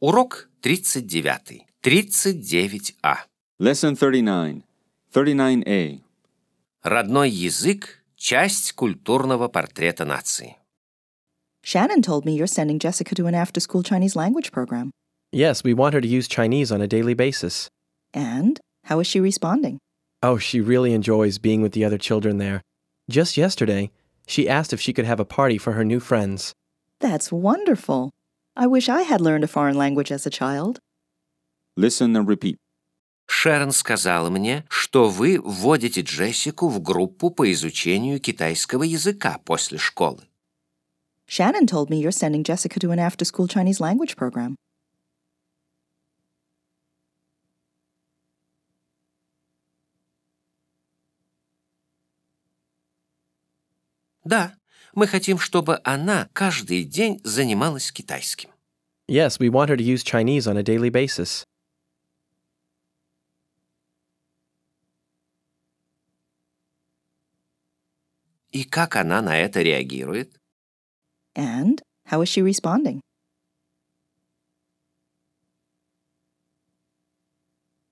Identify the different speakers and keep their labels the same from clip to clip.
Speaker 1: Урок 39. 39А.
Speaker 2: Lesson 39. 39A.
Speaker 1: Родной язык – часть культурного портрета нации.
Speaker 3: Shannon told me you're sending Jessica to an after school Chinese language program.
Speaker 4: Yes, we want her to use Chinese on a daily basis.
Speaker 3: And how is she responding?
Speaker 4: Oh, she really enjoys being with the other children there. Just yesterday, she asked if she could have a party for her new friends.
Speaker 3: That's wonderful. I wish I had learned a foreign language as a child.
Speaker 2: Listen and repeat.
Speaker 1: Шерон сказала мне, что вы вводите Джессику в группу по изучению китайского языка после школы.
Speaker 3: Shannon told me you're sending Jessica to an after school Chinese language program.
Speaker 1: Да, мы хотим, чтобы она каждый день занималась китайским.
Speaker 4: Yes, we want her to use Chinese on a daily basis.
Speaker 1: И как она на это реагирует?
Speaker 3: And how is she responding?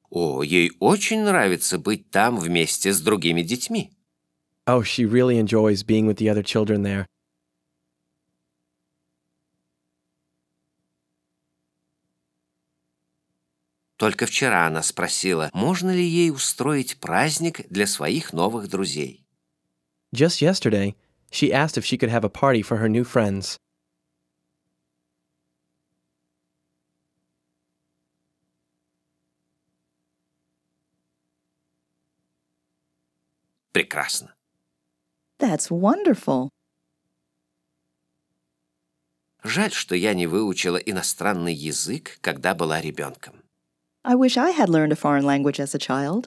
Speaker 1: О, ей очень нравится быть там вместе с другими детьми.
Speaker 4: Oh, she really enjoys being with the other children there.
Speaker 1: Только вчера она спросила, можно ли ей устроить праздник для своих новых друзей.
Speaker 4: Just yesterday, she asked if she could have a party for her new friends.
Speaker 1: Прекрасно.
Speaker 3: That's wonderful.
Speaker 1: Жаль, что я не выучила иностранный язык, когда была ребенком.
Speaker 3: I wish I had learned a foreign language as a child.